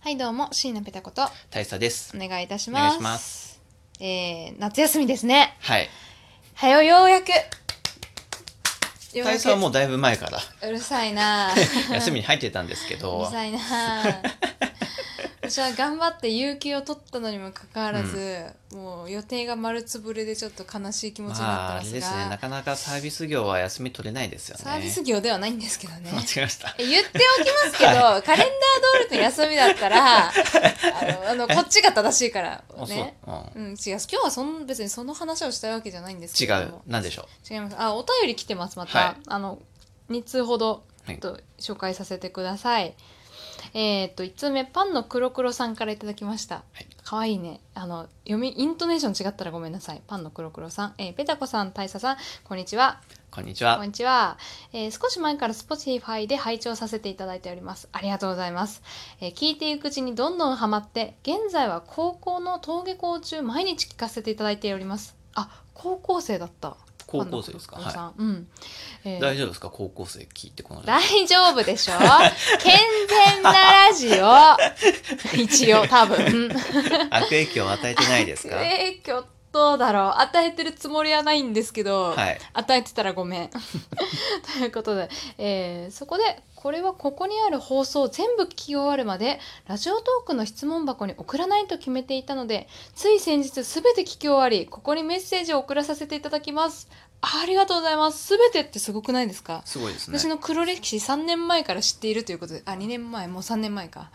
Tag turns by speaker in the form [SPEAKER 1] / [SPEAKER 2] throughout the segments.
[SPEAKER 1] はいどうも椎名ペタこと
[SPEAKER 2] 大佐です
[SPEAKER 1] お願いいたし
[SPEAKER 2] お
[SPEAKER 1] ま
[SPEAKER 2] 願い
[SPEAKER 1] す
[SPEAKER 2] しま
[SPEAKER 1] えー、夏休みですね
[SPEAKER 2] はい
[SPEAKER 1] はよよう やくよう
[SPEAKER 2] 大
[SPEAKER 1] やく
[SPEAKER 2] 佐はもうだいぶ前から
[SPEAKER 1] うるさい な
[SPEAKER 2] 休みに入ってたんですけ
[SPEAKER 1] う
[SPEAKER 2] ど
[SPEAKER 1] るさい な私は頑張って有給を取ったのにもかかわらず、もう予定が丸つぶれでちょっと悲しい気持ちになって
[SPEAKER 2] まああ
[SPEAKER 1] ま
[SPEAKER 2] れ
[SPEAKER 1] す
[SPEAKER 2] で
[SPEAKER 1] が、
[SPEAKER 2] すねなかなかサービス業は休み取れないですよね
[SPEAKER 1] サービス業ではないんですけどね
[SPEAKER 2] 間違えました
[SPEAKER 1] え言っておきますけど、カレンダー通りの休みだった らあのあのこっちが正しいから
[SPEAKER 2] あそう
[SPEAKER 1] ね
[SPEAKER 2] う
[SPEAKER 1] うん、違う今日はそん別にその話をしたいわけじゃないんですけど
[SPEAKER 2] ん、違うなんでしょ
[SPEAKER 1] 違いますあお便り来てますまた、
[SPEAKER 2] はい
[SPEAKER 1] あの2通ほど
[SPEAKER 2] はい
[SPEAKER 1] ちょっと紹介させてください、えっ、と1通目パンの黒黒さんからいただきました
[SPEAKER 2] はい
[SPEAKER 1] 可愛、い、ねあの読みイントネーション違ったらごめんなさいパンの黒黒さん、えーペタコさん大佐さんこんにちは
[SPEAKER 2] うこんにち
[SPEAKER 1] こ
[SPEAKER 2] は
[SPEAKER 1] んにちは、えー少し前から Spotify で拝聴させていただいております。ありがとうございます。えー聞いていくうちにどんどんハマって、現在は高校の登下校中毎日聞かせていただいております。あ、高校生だった。
[SPEAKER 2] 高校生ですか
[SPEAKER 1] パンダ
[SPEAKER 2] は
[SPEAKER 1] さんうん。え
[SPEAKER 2] い
[SPEAKER 1] ー
[SPEAKER 2] 大丈夫ですか高校生聞いてこの
[SPEAKER 1] 大丈夫でし ょ健全なラジオ 一応多分。
[SPEAKER 2] 悪影響を与えてないですかは
[SPEAKER 1] えー、今日どうだろう与えてるつもりはないんですけど、
[SPEAKER 2] い
[SPEAKER 1] 与えてたらごめん。と いうことで、えーそこでこれはここにある放送を全部聞き終わるまでラジオトークの質問箱に送らないと決めていたのでつい先日すべて聞き終わりここにメッセージを送らさせていただきます。あありがとうございます。すべてってすごくないですか、
[SPEAKER 2] すごいですね
[SPEAKER 1] 私の黒歴史3年前から知っているということであ2年前もう3年前か。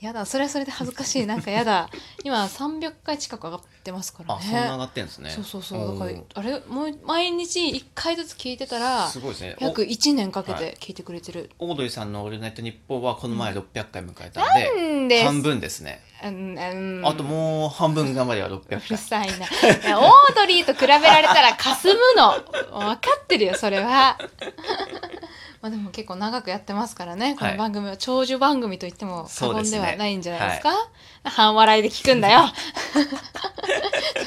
[SPEAKER 1] やだそれはそれで恥ずかしいなんかやだ今300回近く上がってますからね
[SPEAKER 2] あそんな上がってんですね
[SPEAKER 1] そうそうそう
[SPEAKER 2] お
[SPEAKER 1] だ
[SPEAKER 2] ー
[SPEAKER 1] からあれもう毎日1回ずつ聞いてたら
[SPEAKER 2] すごいですね
[SPEAKER 1] 約1年かけ
[SPEAKER 2] は
[SPEAKER 1] て聞いてくれてる、
[SPEAKER 2] オードリーさんの「オールナイトニッポン」はこの前600回迎えたんで、
[SPEAKER 1] なんです
[SPEAKER 2] 半分ですね、
[SPEAKER 1] うんうん
[SPEAKER 2] あともう半分頑張れば
[SPEAKER 1] う
[SPEAKER 2] 600
[SPEAKER 1] る
[SPEAKER 2] 回
[SPEAKER 1] さいないやオードリーと比べられたらかすむの分かってるよそれは まあでも結構長くやってますからねこ
[SPEAKER 2] は
[SPEAKER 1] の
[SPEAKER 2] い
[SPEAKER 1] 番組は長寿番組と言っても過
[SPEAKER 2] そうで
[SPEAKER 1] 言
[SPEAKER 2] す
[SPEAKER 1] で
[SPEAKER 2] ね
[SPEAKER 1] はないんじゃないですか半笑いで聞くんだよ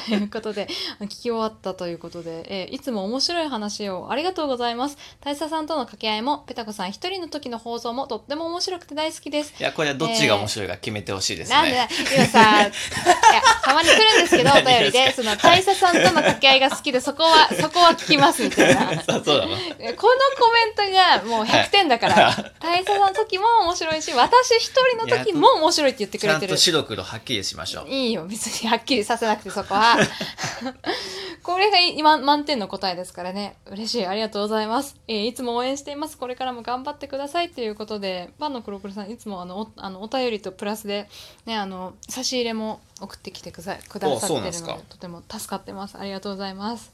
[SPEAKER 1] ということで聞き終わったということで、えーいつも面白い話をありがとうございます大佐さんとの掛け合いもペタコさん一人の時の放送もとっても面白くて大好きです
[SPEAKER 2] いやこれはどっちが面白いか決めてほしいですね、
[SPEAKER 1] なんでだ今さいやたまに来るんですけどお
[SPEAKER 2] 何が
[SPEAKER 1] 便りで
[SPEAKER 2] で
[SPEAKER 1] その大佐さんとの掛け合いが好きでそこ はそこは聞きますみたいなこの
[SPEAKER 2] あ そうな
[SPEAKER 1] コ
[SPEAKER 2] の
[SPEAKER 1] メントがもう100点だから、大佐さんの時も面白いし私一人の時も面白いって言ってく
[SPEAKER 2] ち
[SPEAKER 1] れ
[SPEAKER 2] ゃん
[SPEAKER 1] てる
[SPEAKER 2] と白黒はっきりしましょう
[SPEAKER 1] いいよ別にはっきりさせなくてそこは これが今満点の答えですからね嬉しいありがとうございます、えーいつも応援していますこれからも頑張ってくださいということでパンの黒黒さんいつもあのおあのお便りとプラスで、ね、あの差し入れも送ってきてくださくださって
[SPEAKER 2] そう
[SPEAKER 1] る
[SPEAKER 2] な
[SPEAKER 1] の
[SPEAKER 2] んで
[SPEAKER 1] です
[SPEAKER 2] か
[SPEAKER 1] とても助かってますありがとうございます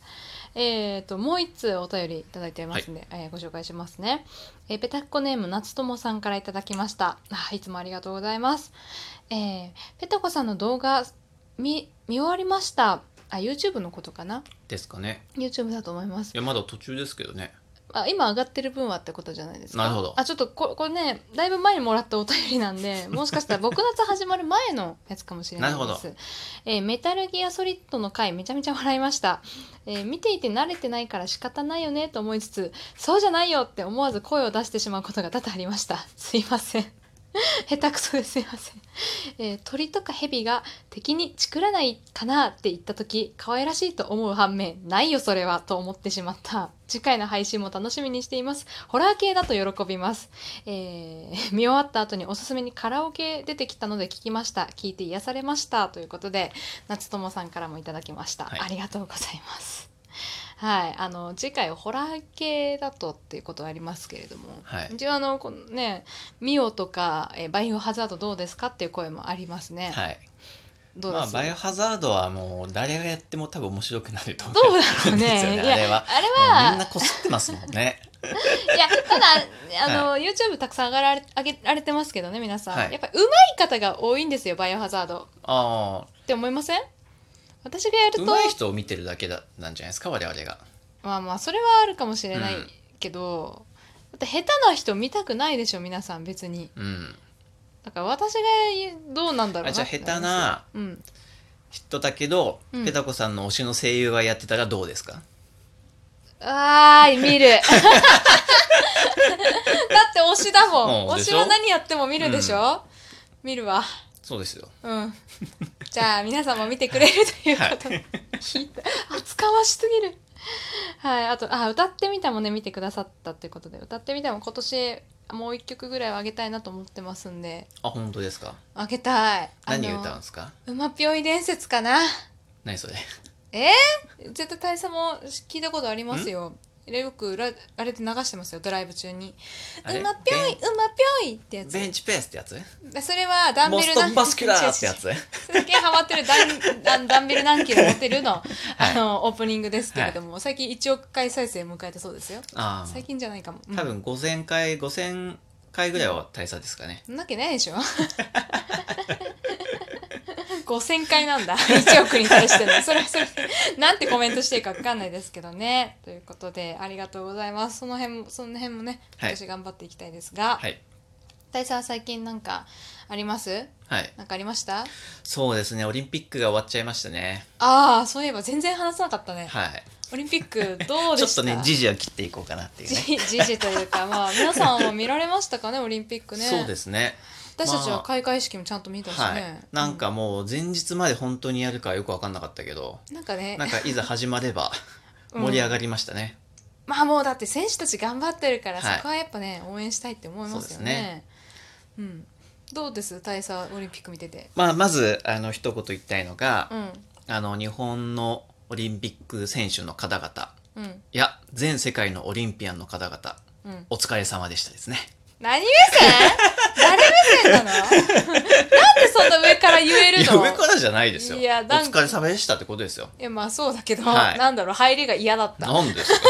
[SPEAKER 1] えー、ともう一通お便りいただいてますんで、えーご紹介しますね、えーペタッコネーム夏友さんからいただきましたあいつもありがとうございますえーペタコさんの動画見見終わりましたあ YouTube のことかな
[SPEAKER 2] ですかね
[SPEAKER 1] YouTube だと思います
[SPEAKER 2] いやまだ途中ですけどね
[SPEAKER 1] あ今上がってる分はってことじゃないですか
[SPEAKER 2] なるほど
[SPEAKER 1] あちょっとここれねだいぶ前にもらったお便りなん でもしかしたら僕夏始まる前のやつかもしれない
[SPEAKER 2] なる
[SPEAKER 1] で
[SPEAKER 2] ほ
[SPEAKER 1] す、えーメタルギアソリッドの回めちゃめちゃ笑いました、えー見ていて慣れてないから仕方ないよねと思いつつそうじゃないよって思わず声を出してしまうことが多々ありましたすいません下手くそですいません、えー鳥とか蛇が敵にチクらないかなって言った時可愛らしいと思う反面ないよそれはと思ってしまった次回の配信も楽しみにしていますホラー系だと喜びます、えー 見終わった後におすすめにカラオケ出てきたので聞きました聞いて癒されましたということで夏友さんからもいただきました、
[SPEAKER 2] はい
[SPEAKER 1] ありがとうございますはいあの次回ホラー系だとっていうことはありますけれども、
[SPEAKER 2] はい
[SPEAKER 1] 一応あのこのねミオとか、えーバイオハザードどうですかっていう声もありますね、
[SPEAKER 2] はい
[SPEAKER 1] どうで
[SPEAKER 2] まあ
[SPEAKER 1] す、
[SPEAKER 2] バイオハザードはもう誰がやっても多分面白くなると思
[SPEAKER 1] どうだろうね
[SPEAKER 2] ですよね
[SPEAKER 1] いや
[SPEAKER 2] あれは
[SPEAKER 1] あれ
[SPEAKER 2] もう
[SPEAKER 1] は
[SPEAKER 2] みんなこすってますもんね
[SPEAKER 1] いやた だあの、YouTube たくさん上がられ上げられてますけどね皆さん、
[SPEAKER 2] はい
[SPEAKER 1] やっぱり上手い方が多いんですよバイオハザード
[SPEAKER 2] ああ
[SPEAKER 1] って思いません私がやると
[SPEAKER 2] うまい人を見てるだけだなんじゃないですか我々が
[SPEAKER 1] まあまあそれはあるかもしれない
[SPEAKER 2] うん
[SPEAKER 1] けど、だって下手な人見たくないでしょ皆さん別に
[SPEAKER 2] うん
[SPEAKER 1] だから私がどうなんだろうな
[SPEAKER 2] あじゃあ
[SPEAKER 1] って
[SPEAKER 2] 下手
[SPEAKER 1] なりますう
[SPEAKER 2] な
[SPEAKER 1] ん
[SPEAKER 2] 人だけど、
[SPEAKER 1] うん
[SPEAKER 2] ペタコさんの推しの声優がやってたらどうですか
[SPEAKER 1] あーい 見るだって推しだもん
[SPEAKER 2] うん
[SPEAKER 1] 推
[SPEAKER 2] で
[SPEAKER 1] し
[SPEAKER 2] しょ
[SPEAKER 1] は何やっても見るでしょ、見るわ
[SPEAKER 2] そうですよ。
[SPEAKER 1] うん。じゃあ皆さんも見てくれるという こと。
[SPEAKER 2] は
[SPEAKER 1] ひどい厚かましすぎる。はい、あとあ歌ってみたもね見てくださったということで歌ってみたも今年もう一曲ぐらいはあげたいなと思ってますんで
[SPEAKER 2] あ、本当ですか。
[SPEAKER 1] あげたい。
[SPEAKER 2] 何歌うん
[SPEAKER 1] う
[SPEAKER 2] ですか。
[SPEAKER 1] 馬ぴょい伝説かな。
[SPEAKER 2] 何それ。
[SPEAKER 1] 絶対大佐も聞いたことありますよ。よくラあれで流してますよドライブ中に「
[SPEAKER 2] あれ
[SPEAKER 1] 馬ぴょい
[SPEAKER 2] ベン
[SPEAKER 1] 馬ぴょい」ってやつ
[SPEAKER 2] ベンチペースってやつ。
[SPEAKER 1] それはダン
[SPEAKER 2] モ
[SPEAKER 1] ベ
[SPEAKER 2] ス
[SPEAKER 1] ル
[SPEAKER 2] トバスキュラーってやつ。
[SPEAKER 1] すげえハマってるダンダンダンベル何キロ持ってるの,、あのオープニングですけれども、最近1億回再生迎えたそうですよ
[SPEAKER 2] あ
[SPEAKER 1] 最
[SPEAKER 2] あ。
[SPEAKER 1] 近じゃないかも、うん
[SPEAKER 2] 多分五千回、五千回ぐらいは大佐ですかね。
[SPEAKER 1] そんなわけないでしょ 5000回なんだ1億に 対してのそれはそれでなんてコメントしていいか分かんないですけどねということでありがとうございますその辺もその辺もね
[SPEAKER 2] はい
[SPEAKER 1] 私頑張っていきたいですが、
[SPEAKER 2] はい。
[SPEAKER 1] 大佐は最近なんかあります
[SPEAKER 2] はい。
[SPEAKER 1] なんかありました
[SPEAKER 2] そうですね。オリンピックが終わっちゃいましたね。
[SPEAKER 1] ああそういえば全然話さなかったね、
[SPEAKER 2] はい。
[SPEAKER 1] オリンピックどう
[SPEAKER 2] ち
[SPEAKER 1] で
[SPEAKER 2] ょ
[SPEAKER 1] し
[SPEAKER 2] ったとね、時事は切っていこうかなっていうね。
[SPEAKER 1] じじじというかま あ皆さんは見られましたかねオリンピックね
[SPEAKER 2] そうですね。
[SPEAKER 1] 私たち
[SPEAKER 2] ま
[SPEAKER 1] は
[SPEAKER 2] あ
[SPEAKER 1] 開会式もちゃんと見たしね、
[SPEAKER 2] はい。なんかもう前日まで本当にやるかよく分かんなかったけど、
[SPEAKER 1] うんなんかね
[SPEAKER 2] なんかいざ始まれば
[SPEAKER 1] うん
[SPEAKER 2] 盛り上がりましたね。
[SPEAKER 1] まあもうだって選手たち頑張ってるから、
[SPEAKER 2] はい
[SPEAKER 1] そこはやっぱね応援したいって思いますよねうんどうです大佐オリンピック見てて
[SPEAKER 2] まあまずあの一言言いたいのが
[SPEAKER 1] う、ん
[SPEAKER 2] あの日本のオリンピック選手の方々。
[SPEAKER 1] うん
[SPEAKER 2] いや、全世界のオリンピアンの方々、
[SPEAKER 1] うん
[SPEAKER 2] お疲れ様でしたですね。
[SPEAKER 1] 何目線誰目線なのなんでそんな上から言え
[SPEAKER 2] い
[SPEAKER 1] る
[SPEAKER 2] や、
[SPEAKER 1] の
[SPEAKER 2] 上からじゃないですよ。
[SPEAKER 1] いや
[SPEAKER 2] お
[SPEAKER 1] なん
[SPEAKER 2] 疲
[SPEAKER 1] か
[SPEAKER 2] れ様でしたってことですよ。
[SPEAKER 1] いやまあそうだけど、
[SPEAKER 2] はい
[SPEAKER 1] なんだろう入りが嫌だった
[SPEAKER 2] なんですか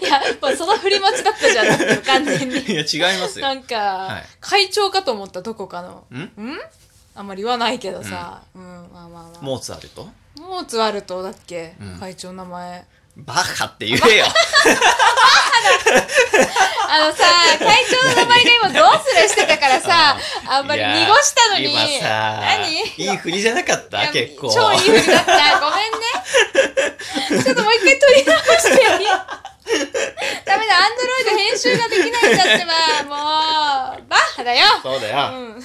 [SPEAKER 1] いやもうその振り待ちだったじゃんだって完全に
[SPEAKER 2] いや、違いますよ。
[SPEAKER 1] なんか、
[SPEAKER 2] い
[SPEAKER 1] 会長かと思ったどこかの
[SPEAKER 2] ん
[SPEAKER 1] んあんまり言わないけどさ、うんまあまあまあ
[SPEAKER 2] モーツァルト
[SPEAKER 1] モーツワルトだっけ、
[SPEAKER 2] うん
[SPEAKER 1] 会長の名前
[SPEAKER 2] バカって言えよ。
[SPEAKER 1] あのさ会長の名前が今どうするしてたからさ あんまり濁したのに
[SPEAKER 2] いや今さ、
[SPEAKER 1] 何
[SPEAKER 2] いい振りじゃなかった
[SPEAKER 1] いや
[SPEAKER 2] 結構。
[SPEAKER 1] 超いいふりだったごめん ねちょっともう一回取り直してよダメだアンドロイド編集ができないんだってばもうバッハだよ
[SPEAKER 2] そうだ
[SPEAKER 1] う
[SPEAKER 2] よ。
[SPEAKER 1] ん うわ悔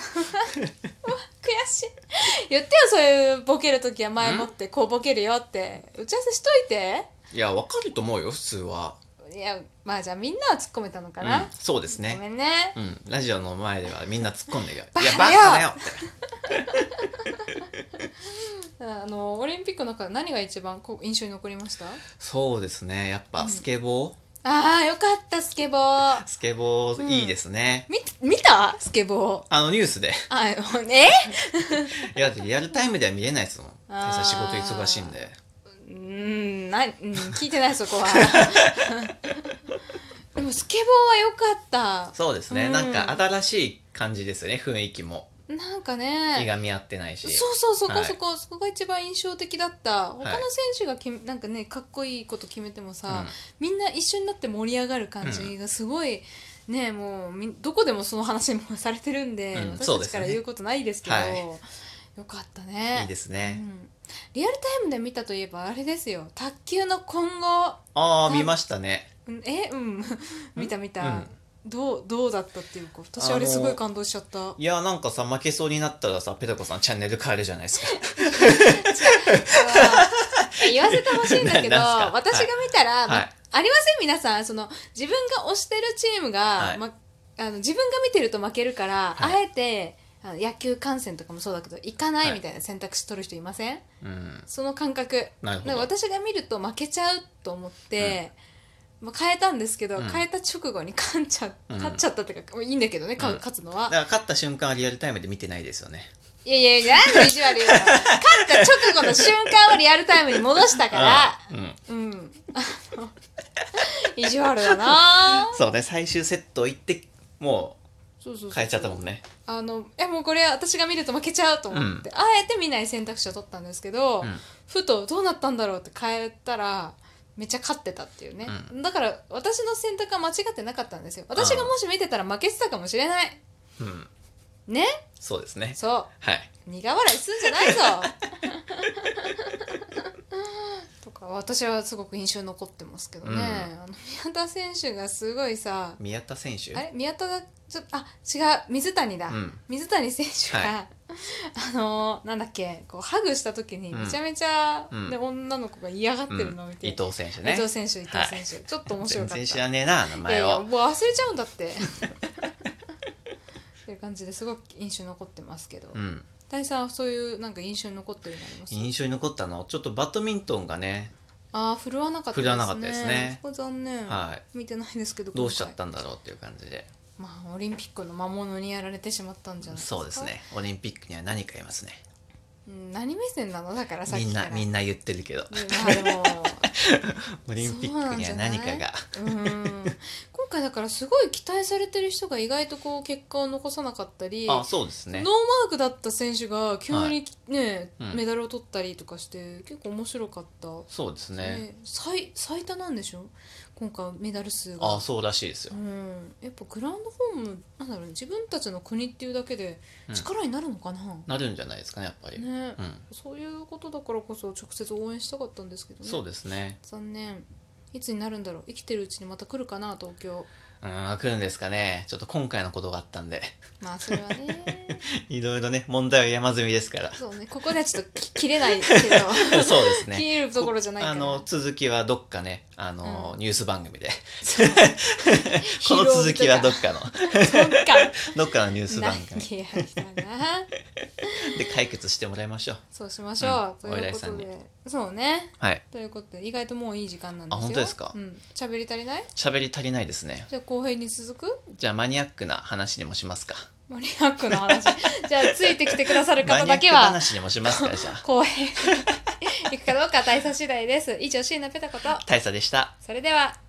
[SPEAKER 1] しい言ってよそういうボケる時は前もってこうボケるよって打ち合わせしといて
[SPEAKER 2] いや、わかると思うよ、普通は。
[SPEAKER 1] いやまあじゃあみんなは突っ込めたのかな、
[SPEAKER 2] うんそうです
[SPEAKER 1] ご
[SPEAKER 2] ね。
[SPEAKER 1] めんね
[SPEAKER 2] うん、ラジオの前ではみんな突っ込んでるよ。
[SPEAKER 1] バ
[SPEAKER 2] いや、
[SPEAKER 1] カ
[SPEAKER 2] バ
[SPEAKER 1] だよ
[SPEAKER 2] カだよって。
[SPEAKER 1] あのオリンピックの中で何が一番こう印象に残りました
[SPEAKER 2] そうですね、やっぱスケボー、
[SPEAKER 1] あーよかったスケボー
[SPEAKER 2] スケボーいいですね。
[SPEAKER 1] 見見たスケボー
[SPEAKER 2] あのニュースで。
[SPEAKER 1] あもうね
[SPEAKER 2] いや、だってリアルタイムでは見れないですもん。
[SPEAKER 1] あー
[SPEAKER 2] 大佐仕事忙しいんで。
[SPEAKER 1] うーんなうん聞いてないそ こはでもスケボーはよかった
[SPEAKER 2] そうですね、
[SPEAKER 1] うん
[SPEAKER 2] なんか新しい感じですよね、雰囲気も。
[SPEAKER 1] なんかね
[SPEAKER 2] いがみ合ってないし。
[SPEAKER 1] そうそうそこ
[SPEAKER 2] はい
[SPEAKER 1] そこ、そこが一番印象的だった他の
[SPEAKER 2] い
[SPEAKER 1] 選手がきなんかねかっこいいこと決めてもさ、
[SPEAKER 2] うん
[SPEAKER 1] みんな一緒になって盛り上がる感じがすごい、ねもうみんどこでもその話もされてるんで、
[SPEAKER 2] うん
[SPEAKER 1] 私
[SPEAKER 2] そ
[SPEAKER 1] た
[SPEAKER 2] うで
[SPEAKER 1] ち
[SPEAKER 2] す
[SPEAKER 1] か
[SPEAKER 2] ね
[SPEAKER 1] ら言うことないですけど
[SPEAKER 2] はい
[SPEAKER 1] よかったね
[SPEAKER 2] いいです
[SPEAKER 1] う
[SPEAKER 2] ね。
[SPEAKER 1] ん、リアルタイムで見たといえばあれですよ卓球の今後
[SPEAKER 2] ああ、
[SPEAKER 1] なん
[SPEAKER 2] 見ましたね。
[SPEAKER 1] うんえうん 見た見た、
[SPEAKER 2] うん
[SPEAKER 1] どうどうだったっていうか私あれすごい感動しちゃった。
[SPEAKER 2] いや、なんかさ、負けそうになったらさ、ペタコさんチャンネル変えるじゃないですか。
[SPEAKER 1] いや 言わせてほしいんだけど、
[SPEAKER 2] ななんす
[SPEAKER 1] 私が
[SPEAKER 2] か
[SPEAKER 1] 見たら、
[SPEAKER 2] い
[SPEAKER 1] まありません皆さんその自分が推してるチームが、
[SPEAKER 2] はい
[SPEAKER 1] ま、あの自分が見てると負けるから、
[SPEAKER 2] はい
[SPEAKER 1] あえてあの野球観戦とかもそうだけど行かない
[SPEAKER 2] はい
[SPEAKER 1] みたいな選択肢取る人いません、
[SPEAKER 2] うん。
[SPEAKER 1] その感覚
[SPEAKER 2] なるほ
[SPEAKER 1] なんか
[SPEAKER 2] ど。
[SPEAKER 1] 私が見ると負けちゃうと思って、まあ、変えたんですけど、
[SPEAKER 2] うん
[SPEAKER 1] 変えた直後に勝っちゃ
[SPEAKER 2] うん
[SPEAKER 1] 勝っちゃったっていうか、もういいんだけどね勝
[SPEAKER 2] うん
[SPEAKER 1] 勝つの
[SPEAKER 2] だ
[SPEAKER 1] は
[SPEAKER 2] か、ら勝った瞬間はリアルタイムで見てないですよね。
[SPEAKER 1] いやいや何の意地悪言うの勝った直後の瞬間をリアルタイムに戻したから。
[SPEAKER 2] うんうん。
[SPEAKER 1] うん。意地悪だな
[SPEAKER 2] そうね、最終セット行って、も
[SPEAKER 1] そうそう
[SPEAKER 2] う変えちゃったもん
[SPEAKER 1] ね。
[SPEAKER 2] ね。
[SPEAKER 1] あの、え、もうこれは私が見ると負けちゃうと思って、あえて見ない選択肢を取ったんですけど、
[SPEAKER 2] うん
[SPEAKER 1] ふとどうなったんだろうって変えたら、めっちゃ勝ってたっていうね、だから私の選択は間違ってなかったんですよ。私がもし見てたら負けてたかもしれない。
[SPEAKER 2] うん。
[SPEAKER 1] ね
[SPEAKER 2] そうですね。
[SPEAKER 1] そう。
[SPEAKER 2] はい。
[SPEAKER 1] 苦笑いすんじゃないぞとか私はすごく印象に残ってますけどね、
[SPEAKER 2] うん
[SPEAKER 1] あの宮田選手がすごいさ
[SPEAKER 2] 宮田選手
[SPEAKER 1] あれ宮田がちょあ違う水谷だ、
[SPEAKER 2] うん
[SPEAKER 1] 水谷選手が、
[SPEAKER 2] は
[SPEAKER 1] あのーなんだっけこうハグした時に
[SPEAKER 2] うん
[SPEAKER 1] めちゃめちゃ、
[SPEAKER 2] うん
[SPEAKER 1] ね女の子が嫌がってるのを見て、
[SPEAKER 2] 伊藤選手ね
[SPEAKER 1] 伊藤選手伊藤選手、ちょっと面白かった
[SPEAKER 2] 全然知らねえな名
[SPEAKER 1] いやい
[SPEAKER 2] 前
[SPEAKER 1] や
[SPEAKER 2] を
[SPEAKER 1] もう忘れちゃうんだって っていう感じですごく印象に残ってますけど、
[SPEAKER 2] うん
[SPEAKER 1] 大佐はそういうなんか印象に残ってるのあります
[SPEAKER 2] 印象に残ったのはちょっとバドミントンがね、
[SPEAKER 1] ああ振るわなかった
[SPEAKER 2] 振るわなかったですね
[SPEAKER 1] そこ残念、
[SPEAKER 2] は
[SPEAKER 1] 見てないですけど
[SPEAKER 2] い、どうしちゃった
[SPEAKER 1] 今
[SPEAKER 2] んだろうっていう感じで
[SPEAKER 1] 回まあオリンピックの魔物にやられてしまったんじゃないですか
[SPEAKER 2] そうですねオリンピックには何かいますね
[SPEAKER 1] うん何目線なのだからさっ
[SPEAKER 2] み
[SPEAKER 1] き
[SPEAKER 2] ん
[SPEAKER 1] か
[SPEAKER 2] な
[SPEAKER 1] ら
[SPEAKER 2] みんな言ってる けど
[SPEAKER 1] ねまあでも
[SPEAKER 2] オリンピックには何かが
[SPEAKER 1] うん今回だからすごい期待されてる人が意外とこう結果を残さなかったり
[SPEAKER 2] あそうですね
[SPEAKER 1] ノーマークだった選手が急
[SPEAKER 2] は
[SPEAKER 1] にね、
[SPEAKER 2] うん
[SPEAKER 1] メダルを取ったりとかして結構面白かった、
[SPEAKER 2] そうですね
[SPEAKER 1] ね最最多なんでしょ今回メダル数が
[SPEAKER 2] あそうらしいですよ
[SPEAKER 1] うん、やっぱグランドホームなんだろうね自分たちの国っていうだけで
[SPEAKER 2] うん
[SPEAKER 1] 力になるのかな、
[SPEAKER 2] なるんじゃないですかねやっぱり、
[SPEAKER 1] ね、
[SPEAKER 2] うん
[SPEAKER 1] そういうことだからこそ直接応援したかったんですけどね
[SPEAKER 2] そうですね
[SPEAKER 1] 残念いつになるんだろう生きてるうちにまた来るかな東京
[SPEAKER 2] うん来るんですかねちょっと今回のことがあったんで
[SPEAKER 1] まあそれはね
[SPEAKER 2] いろいろね問題は山積みですから
[SPEAKER 1] そうねここではちょっとき切れないけど、
[SPEAKER 2] そうですね
[SPEAKER 1] 切れるところじゃないか
[SPEAKER 2] あ
[SPEAKER 1] ら
[SPEAKER 2] の続きはどっかねあの、
[SPEAKER 1] うん
[SPEAKER 2] ニュース番組でこの続きはどっかの
[SPEAKER 1] そっか
[SPEAKER 2] どっかのニュース
[SPEAKER 1] な
[SPEAKER 2] 番
[SPEAKER 1] ん
[SPEAKER 2] 組
[SPEAKER 1] やだな
[SPEAKER 2] で解決してもらいましょう
[SPEAKER 1] そうしましょう、
[SPEAKER 2] うん
[SPEAKER 1] と
[SPEAKER 2] お
[SPEAKER 1] い
[SPEAKER 2] 偉
[SPEAKER 1] う
[SPEAKER 2] い
[SPEAKER 1] こ
[SPEAKER 2] さ
[SPEAKER 1] と
[SPEAKER 2] んに
[SPEAKER 1] でそうね
[SPEAKER 2] はい
[SPEAKER 1] ということで意外ともういい時間なんですよ
[SPEAKER 2] あ本当ですか
[SPEAKER 1] うん、喋り足りない
[SPEAKER 2] 喋り足りないですね
[SPEAKER 1] じゃあ後編に続く
[SPEAKER 2] じゃあマニアックな話にもしますか
[SPEAKER 1] マニアックな 話じゃあついてきてくださる方
[SPEAKER 2] マニア
[SPEAKER 1] だ
[SPEAKER 2] ック
[SPEAKER 1] けは
[SPEAKER 2] 話にもしますかじゃあ
[SPEAKER 1] 後編に行くかどうかは大差次第です以上椎名ペタこと
[SPEAKER 2] 大佐でした
[SPEAKER 1] それでは